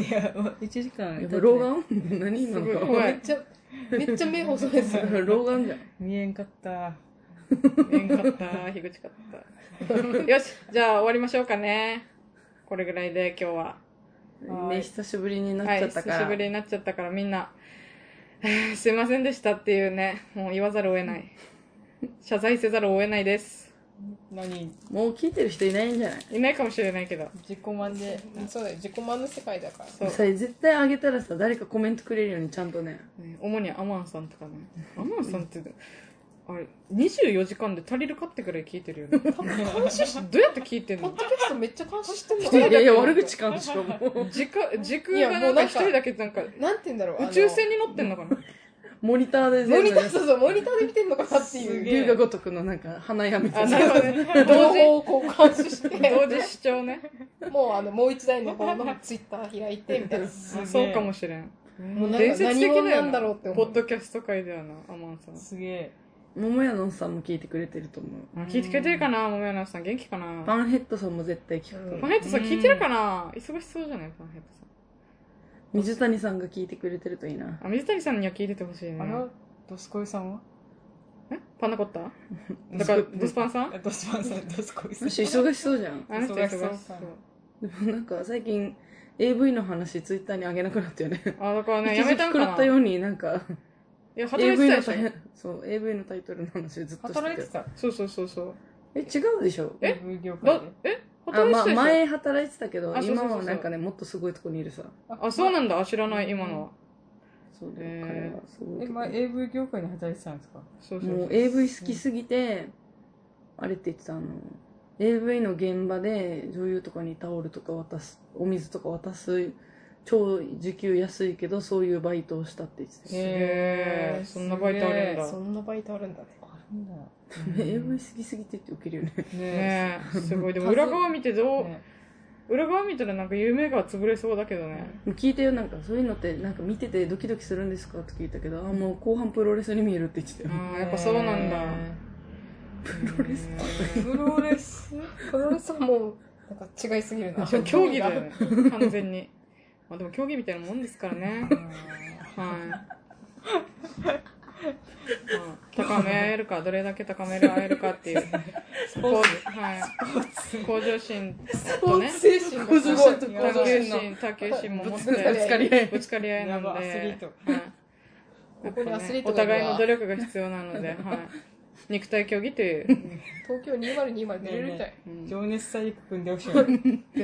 S3: いや、1時間
S2: やばい老眼 何今
S1: す
S2: の
S1: ごい
S4: めっちゃ、めっちゃ目細いですよ。
S2: 老眼じゃん
S3: 見えんかった。
S1: えんかった、ひぐちかった。よし、じゃあ終わりましょうかね。これぐらいで今日は。
S3: はい
S2: ね久しぶりになっ
S1: はい、
S2: ちゃったから、
S1: 久しぶりになっちゃったからみんな、えーすいませんでしたっていうね、もう言わざるを得ない。謝罪せざるを得ないです。
S3: 何
S2: もう聞いてる人いないんじゃない
S1: いないかもしれないけど。
S3: 自己満で。
S4: そうだよ、自己満の世界だから。
S1: そう
S2: それ絶対あげたらさ誰かコメントくれるようにちゃんとね
S1: ね主にアマンさんとかね。アマンさんって、あれ、24時間で足りるかってくらい聞いてるよね。監視し、どうやって聞いてん
S4: ポッ
S1: の
S4: ドキャストめっちゃ監視してる
S2: いやいや悪
S4: 悪
S2: 口
S4: 口
S2: 感しかもう
S1: 時間、時
S4: い
S1: 空
S4: や
S1: が
S4: も
S1: な
S4: うん
S1: か
S4: なんか
S1: 一人だけなんか、
S4: なんて言うんだろう。
S1: 宇宙船
S4: に。
S1: に乗ってんのかな
S2: モニターで
S4: モニ
S2: 全
S4: タ
S2: 部
S4: ー、そうそう、モニターで見てんのかなっていう。
S2: 龍が如くのなんか花屋みた
S1: あ、
S2: い
S1: な
S2: な
S1: るほどね。
S4: 情報をこう監視して、
S1: 同時視聴ね。
S4: もうあの、もう一台の方のツイッター開いて、みたいな。
S1: あそうかもしれん。
S4: もうなん
S1: 伝
S4: か
S1: 説
S4: 何
S1: 的だよ
S4: 者なんだろうって
S1: ポ
S4: 思
S1: ッドキャスト界ではな、アマンさん。
S3: すげえ。
S2: 桃屋のおっさんも聞いてくれてると思う
S1: 聞いてくれてるかな、もめなさん。元気かな
S2: パ
S1: パ
S2: ンヘッドさんも絶対聞くと思う
S1: ンヘッドさん聞いてるかな忙しそうじゃないパンヘッドさ。
S2: 水谷さんが聞いてくれてるといいなん
S1: あ、水谷さんには聞いててほしいね。
S3: あの、ドスコイさんは
S1: えパンナコッタだから、ドスパンさん
S3: あドスパンさん、ドスコイさ
S2: む
S3: ん。
S2: しろ忙しそうじゃん
S1: あの人忙しそう
S3: 忙しそう。
S2: でもなんか最近 AV の話ツイッターに上げなくなったよね
S1: あ、だからね、
S2: 一
S1: や
S2: 時
S1: めた
S2: 期
S1: んか
S2: く らっ
S1: な
S2: たようになんか
S1: いや、働い
S2: AV
S1: て
S2: のタ
S1: たでしょ
S2: イそう AV のタイトルの話をずっとして
S3: 働いて
S2: て
S3: た。
S1: そうそうそうそう。
S2: え違うでしょ
S1: え
S3: AV 業界
S1: だ
S3: で。
S1: え
S2: あ、
S1: 働いて
S2: ま
S1: た
S2: あ、
S1: でしょ
S2: 前働いてたけど
S1: あそうそうそう
S2: 今
S1: そう
S2: はなんかねもっとすごいとこにいるさ
S1: あ、そうなんだ。知らない、今のは。
S2: そうだ
S1: へ
S2: よ
S1: ー
S2: 彼はすごい
S3: え、
S2: とこ
S3: まあ、AV 業界に働いてたんですか
S1: そうそう
S2: もう AV 好きすぎて、あれって言ってたあの AV の現場で女優とかにタオルとか渡すお水とか渡す超時給安いけどそういうバイトをしたって言ってた、
S1: へえ、そんなバイトあるんだ。
S4: そんなバイトあるんだね。
S3: あるんだ。
S2: AV 好きすぎてって受けるよね
S3: ね
S1: ねえ、すごい。でも裏側見てどう、裏側見たらなんか夢が潰れそうだけどね。
S2: 聞いてよなんかそういうのってなんか見ててドキドキするんですかって聞いたけどあもう後半プロレスに見えるって言ってたよ
S1: ああ、やっぱそうなんだ。
S2: プロレス
S3: プロレス
S4: プロレスはもう、なんか違いすぎるな。
S1: 競技だよね、完全に。まあでも競技みたいなもんですからね。はい。まあ高め合えるか、どれだけ高め合えるかっていう。スポーツ。はい。向上心とね。
S4: 精神がすご
S2: 向
S4: い。
S1: 探
S2: 上
S1: 求
S2: 心
S1: 心、探求心も持って、
S4: ぶつかり合い
S1: ぶつかり合いなんで。
S3: やばアスリー
S1: はい
S4: ここにアスリート
S1: お
S4: がいるわ
S1: 互いの努力が必要なので、はい。肉体競技という。
S4: 東京2020寝れるみたい。
S3: 情熱大陸組んでほしい。
S4: て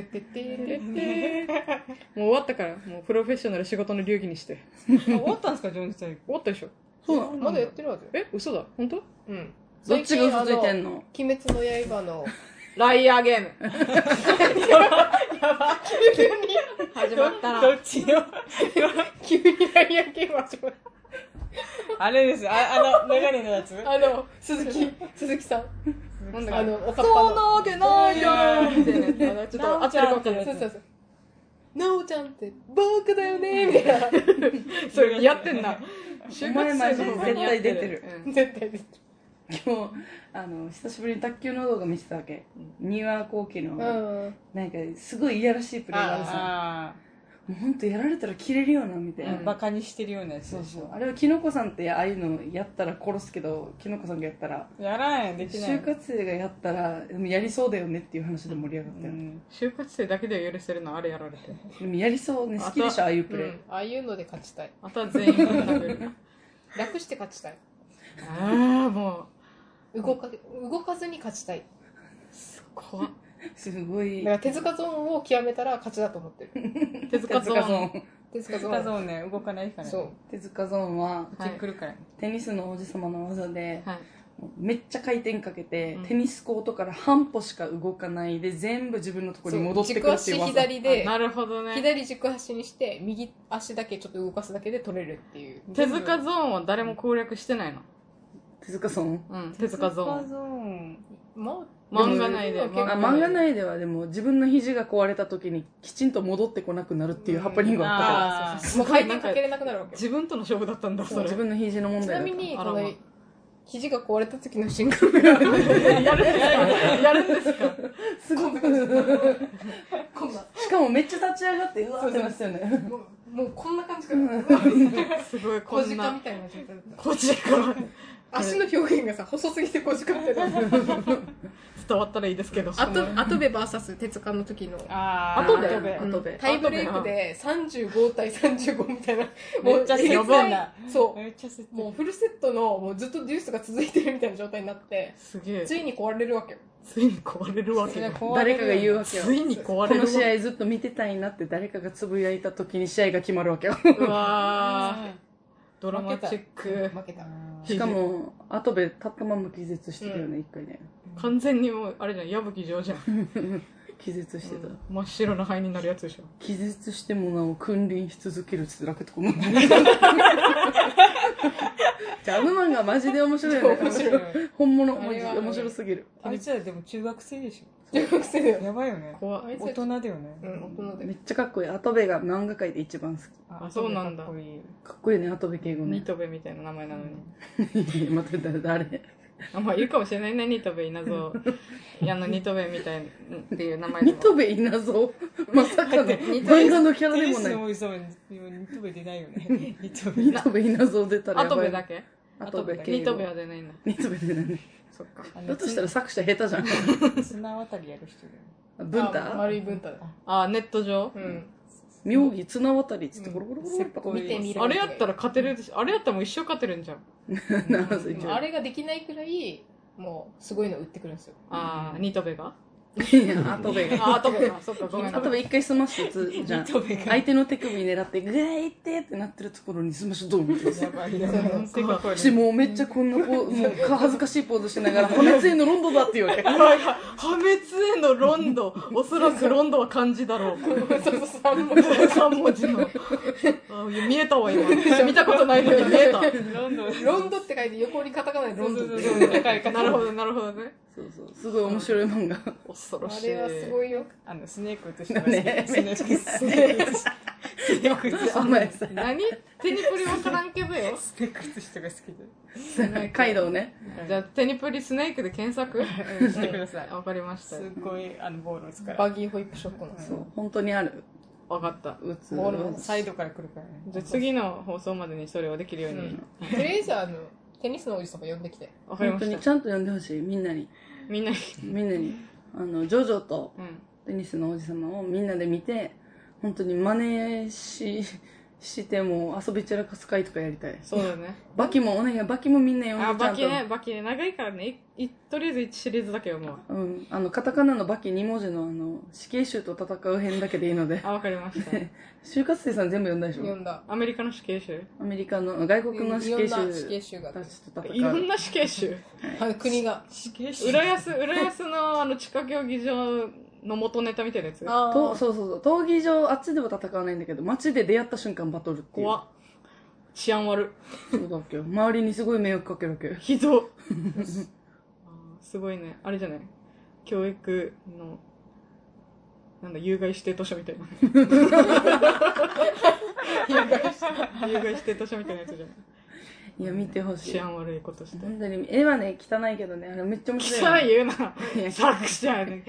S4: ってってれ
S1: もう終わったから、もうプロフェッショナル仕事の流儀にして。
S3: 終わったんですか、情熱大陸。
S1: 終わったでしょ
S4: まだやってるはずよ。
S1: え、嘘だ本当
S4: うん。
S2: どっちが嘘ついてんの
S4: 最近あの鬼滅の刃の、
S7: ライアーゲ ーム。
S3: 始まったどっちよ。
S4: 急にライアーゲーム始まった
S3: あれです、ああの、メガネのやつ。
S4: あの、鈴木、鈴木さん。
S1: なんだ
S4: あ
S1: か
S4: の、おかっぱ
S7: そ
S4: の
S7: んな。わけないじゃんみたいなやつだね。
S1: ちょっと合ってるか分かんない。
S4: そうそうそう。なおちゃんって僕だよねみたいな。
S1: それやってんな。
S2: お前マジで絶対出てる。
S4: 絶対です。
S2: 今日、あの、久しぶりに卓球の動画見せたわけ。丹羽後期の、
S4: うん。
S2: なんか、すごいいやらしいプレーがあるさ。
S3: あ
S2: もうほんとやられたら切れるよな、みたいな。
S3: あ、バカにしてるようなやつ
S2: そう
S3: でし
S2: そう
S3: ょ。。
S2: あれはキノコさんってああいうのやったら殺すけど、キノコさんがやったら、
S3: やらんやん、できない。
S2: 就活生がやったら、でもやりそうだよねっていう話で盛り上がった
S3: う
S2: よね。
S3: ん。
S1: 就活生だけでは許せるのあれやられて。
S2: でもやりそうね、好きでしょ、ああいうプレー。
S4: ああいうので勝ちたい。
S1: あとは全員が食べる。
S4: 楽して勝ちたい。
S1: ああ、もう、
S4: 動か、動かずに勝ちたい。
S1: 怖っ。
S2: すごい
S4: だか。ら手塚ゾーンを極めたら勝ちだと思ってる。
S1: 手塚ゾ
S2: 手塚ゾ
S1: ー
S2: ー
S1: ン。
S2: ン。
S4: 手塚ゾ
S3: カゾ
S4: ーン。
S3: ーンね、動かないから。
S4: そう。。
S2: 手塚ゾーンは、
S1: はい
S3: 来るから。
S2: テニスの王子様の技で、
S1: はい
S2: めっちゃ回転かけて、
S1: うん
S2: テニスコートから半歩しか動かないで全部自分のところに戻ってく
S4: 軸
S2: るってい
S4: 足
S2: う技
S4: 左で
S1: あ、なるほどね。
S4: 左軸足にして、右足だけちょっと動かすだけで取れるっていう。
S1: 手塚ゾーンは誰も攻略してないの。
S2: 手塚ゾーン
S1: うん、手塚ゾー
S3: カ
S1: ン。
S3: ゾーン。
S4: ま
S1: 漫画内で。
S4: でも
S2: あ漫画内ではでも自分の肘が壊れた時にきちんと戻ってこなくなるっていうハプニングがあったから、
S3: ああ
S4: あ、もう回転かけれなくなるわけよ。
S1: 自分との勝負だったんだ、
S2: そう
S1: それ
S2: 自。分の肘の問
S4: ち
S2: 題だ
S4: な
S2: った
S4: みに、
S1: あ
S4: こ
S1: らま
S4: の、肘が壊れた時のシングルが、
S1: やるんですか
S2: すごくしかもめっちゃ立ち上がってうわーってなってたよね
S4: もう、もうこんな感じから、
S1: すごい、こ
S4: 小鹿み
S1: んな。
S4: たいな状態だった。
S1: こじか。
S4: 足の表現がさ、細すぎて小鹿みたいだった。
S1: 伝わったらいいですけど。
S4: あと、あとべ VS 手塚の時の。
S3: ああ、
S1: あとで、
S3: 後で
S1: あとで。
S4: タイブレイクで35対35みたいな。
S3: めっちゃ
S4: えげつ
S3: 強そうな。
S4: いそう。
S3: めっちゃすって
S4: もうフルセットの、もうずっとデュースが続いてるみたいな状態になって、
S1: すげえ。
S4: ついに壊れるわけよ。
S1: ついに壊れるわけだ。
S2: 誰かが言うわけよ
S1: ついに壊
S2: こ
S1: れる
S2: の
S1: わ
S2: 試
S1: け
S2: 合ずっと見てたいなって誰かがつぶやいた時に試合が決まるわけよ
S1: うわードラマチック。
S4: 負けた。
S2: しかも後で立ったまま気絶してたよ
S4: う
S2: ね一、回ね
S1: 完全にもう、あれじゃん、矢吹城じゃん。
S2: 気絶してた、
S1: 真っ白な灰になるやつでしょ。
S2: 気絶してもなお君臨し続けるって楽とこもじゃあアブマンがマジで面白いよね
S4: 面白い。
S2: 本物
S4: あ
S2: マジ
S4: れは
S2: 面白すぎる
S3: あいつらでも中学生でし
S4: 中学生だよ
S3: ょ。。やばいよね。
S1: 怖
S4: あ
S1: い。
S4: いつ
S3: 大人だよ
S4: う
S3: ね。
S4: ん、大人だよ
S2: めっちゃかっこいい跡部が漫画界で一番好き
S1: あそうなんだ
S3: かっこいい
S2: かっこいいね跡部敬吾
S1: ニ
S2: ね
S1: トベみたいな名前なのに。
S2: 待って誰誰
S1: あ、まあ、いるかもしれないね、ニトベ稲造。いや、あの、ニトベみたいな、っていう名前でも。
S2: 跡部稲造まさかの漫画のキャラ
S3: テ
S2: で
S3: ニ
S2: も
S3: ス
S2: ない
S3: の王子様に二トベ出ないよね。 二トベ。
S2: 跡部稲造出たら
S1: ア
S2: や
S1: ト
S2: ば
S1: ベ
S2: い
S1: だけ
S2: 跡部敬
S1: ニ
S2: 吾
S1: トベは出ないんだ。
S2: ニトベ出ないね
S1: そっか。
S3: あの
S2: だとしたら作者下手じゃん
S3: 綱渡りやる人だよね。
S2: 文太
S4: あ丸い文太だ。
S1: あ、ネット上
S4: うん。
S2: 妙義綱渡りっつってゴロゴロゴロやっぱこう
S4: 見てみろ。
S1: あれやったら勝てるでしょ。あれやったらもう一生勝てるんじゃん。
S2: なるほど
S4: で
S2: 一
S4: も
S2: 応
S4: あれができないくらい、もう、すごいの売ってくるんですよ。
S1: あー、ニトベが
S2: いや跡部が
S1: あ、アトベが。そっか、ごめん
S2: あと一回スマッシュ打つじゃん。相手の手首狙って、ぐらいってってなってるところにスマッシュドーンって。
S3: やばいや
S4: そう
S1: てか
S2: 私もうめっちゃこんなポーズ、もうか恥ずかしいポーズしながら、破滅へのロンドだって言われ。
S1: 破滅へのロンド。おそらくロンドは漢字だろう。
S4: そうそうそう、3文字。
S1: 3文字の。あ見えたわ、 今。見たことないのに見えた。
S3: ロンドン。
S4: ロンドって書いて横にカタカナでロンドっ
S3: そ
S4: て
S3: うそうそう高い
S1: なるほど、なるほどね。
S2: そうそう。すごい面白い漫画。
S1: 恐ろ
S4: あ
S1: しい。
S4: れはすごいよ。
S3: あの、スネーク映してますね。スネーク、スネーク映して。スネーク映して。
S2: お前さ、
S1: 何テニプリ分からんけどよ。
S3: スネーク映してが好きで。
S2: カイドウね。
S1: じゃあ、テニプリスネークで検索
S3: うんしてください。
S1: わかりまし た
S3: す。っごい、あの、ボールを使う。
S4: バギーホイップショットの。
S2: そう。本当にある。
S1: わかった。
S2: うつ。
S4: ボールの
S3: サイドから来るからね。
S1: じゃあ、次の放送までにそれをできるように。
S4: とりあえず、あの、テニスの王子様呼んできて。
S1: わかり
S2: 本
S1: ま
S2: 当
S1: し
S2: に
S1: た。
S2: ちゃんと読んでほしい。みんなに。
S1: みんなに。
S2: みんなに。あの、ジョジョと
S1: うん。
S2: テニスの王子様をみんなで見て、本当に真似し、 しても遊び散らかす会とかやりたい。
S1: そうだ ね。
S2: バキもお願い、バキもみんな
S1: あ、
S2: 呼んでちゃ
S1: バ
S2: ん
S1: キ
S2: と。
S1: ね、バキね、長いからね、いいとりあえず1シリーズだけ読むわ。
S2: うん。あの、カタカナのバキ2文字のあの、死刑囚と戦う編だけでいいので。
S1: あ、わかりました。
S2: 就活生さん全部読んだでし
S4: 読
S2: ょ
S4: んだ。
S1: アメリカの死刑囚
S2: アメリカの、外国の死刑
S4: いろんな死
S2: 囚
S4: 刑囚があって
S2: たちと
S1: い
S2: 戦
S1: ろ。
S2: うん
S1: な死刑囚。
S4: はい国が。
S1: 浦安、浦安のあの地下競技場の元ネタみたいなやつ。
S4: あ
S2: とそうそうそう。闘技場、あっちでは戦わないんだけど、街で出会った瞬間バトルっていう。
S1: 怖っ。治安悪。
S2: そうだっけ周りにすごい迷惑かけるわけ。
S1: ひどっあーすごいね。あれじゃない教育の、なんだ、有害指定図書みたいな。有害指定図書みたいなやつじゃない
S2: いや、見てほしい
S1: 治。安悪いことして。
S2: 本当に、絵はね、汚いけどね、あれめっちゃ面白
S1: 汚
S2: いよね。
S1: い言うな。
S2: いや
S1: 作者やね。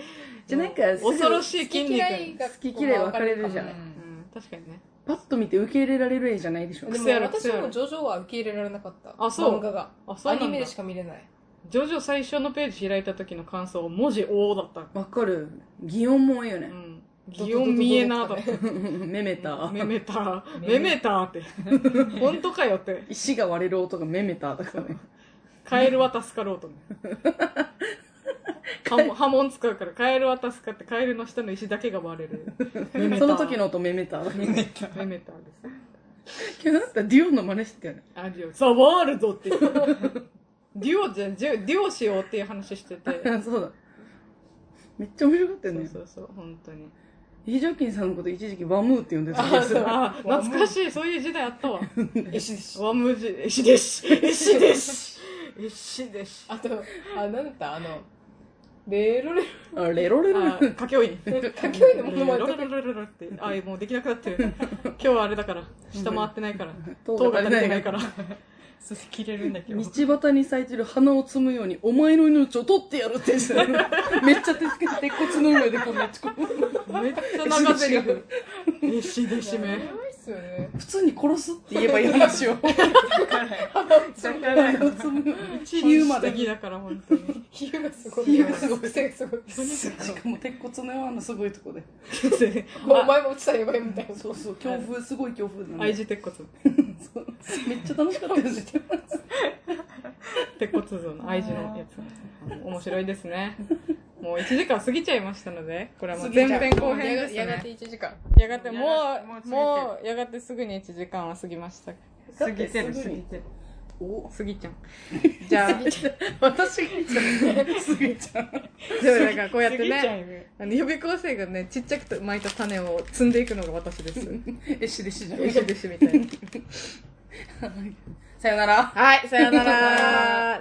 S2: じゃあなんかすぐ
S1: 恐ろしい
S4: 好き
S1: 筋
S4: 嫌
S1: 肉。
S4: いが
S2: 好き嫌い分かれるじゃない。
S1: うん、確かにね。
S2: パッと見て受け入れられる絵じゃないでしょ。
S4: で
S1: 癖あ
S4: も
S1: る
S4: 私
S1: 癖あ
S4: も
S1: る
S4: ジョジョは受け入れられなかった。
S1: あそう
S4: 漫画が。
S1: あ、そう
S4: ア
S1: な
S4: ニ
S1: ん
S4: メ
S1: だ
S4: で。しか見れない。
S1: ジョジョ最初のページ開いた時の感想、文字王だった。
S2: わかる。擬音も多いよ
S1: う
S2: ね。
S1: ん。擬音見えなーだっ た。
S2: めめた。
S1: メメター、メメターって。 本当かよって。
S2: 石が割れる音がめめたとかね。
S1: カエルは助かろうと 思う。ハモ波紋使うから、カエルは助かって、カエルの下の石だけが割れる。メメタ
S2: そ
S1: ー
S2: の時の音めめた。
S1: メメターです。
S2: けどだったらデュオンの真似してたよね。
S1: あ、デュオ、ザワールド って言って。デュオじゃん、デュデュオしようっていう話してて。
S2: そうだ。めっちゃ面白かったよ
S1: そう
S2: ね
S1: そ。うそう、本当に。
S2: 非常勤さんのこと一時期ワムーって呼んでた気がする。
S1: あ、懐かしい、そういう時代あったわ。
S4: 石です。
S1: ワムジ、石です。石です。石です。
S4: あと、あ、なんだったあの、レロレ
S2: あ、レロレロ。
S1: あ、かけおい。
S4: ロ、かけ声の
S1: ロ
S4: ものまね
S1: ロロロロロロって、あ、もうできなくなってる。今日はあれだから、下回ってないから、
S2: 塔
S1: 塔が
S2: が足
S1: 足
S2: り
S1: りて
S2: な
S1: ないい
S2: か。
S1: からら。
S3: それ切れるんだけ
S2: 道端に咲いてる花を摘むように、お前の命を取ってやるって 言ってたよねめっちゃ手つけて、鉄骨の上でこんなちこ
S1: めっちゃ長ゼリフ。えしでしめ。
S4: いっすよね。
S2: 普通に殺すって言えばいい話 を。花を摘む。
S1: 一
S2: 比喩
S1: 流
S2: ま
S1: ま
S2: で
S1: で。だから、本当に。
S4: 比喩がすごい。比喩がすごい。 癖がすごい。
S2: しかも鉄骨のようなすごいとこで。
S4: お前も落ちたらやばいみたい な。
S2: そうそう、強風、すごい強風なん
S1: 愛
S2: で。
S1: 知鉄骨。
S2: そうめっちゃ楽しかったです。
S1: 鉄骨像の愛知のやつ。面白いですね。もう1時間過ぎちゃいましたので、これはもう前編後編です
S4: やがやが
S1: ね。
S4: て1時間。
S1: やがて、もう、もう、やがてすぐに1時間は過ぎました。
S2: 過ぎてる、過ぎてる。お
S1: すぎちゃん。 じゃあ、
S2: 私が言っちゃう。すぎちゃう。
S1: でもなんかこうやって
S3: ぎちゃん
S1: ね、あの予備校生がね、ちっちゃくと巻いた種を摘んでいくのが私です。
S2: え、しでしじゃん。
S1: 石ですみたいな。
S2: さよなら。
S1: はい、さよなら。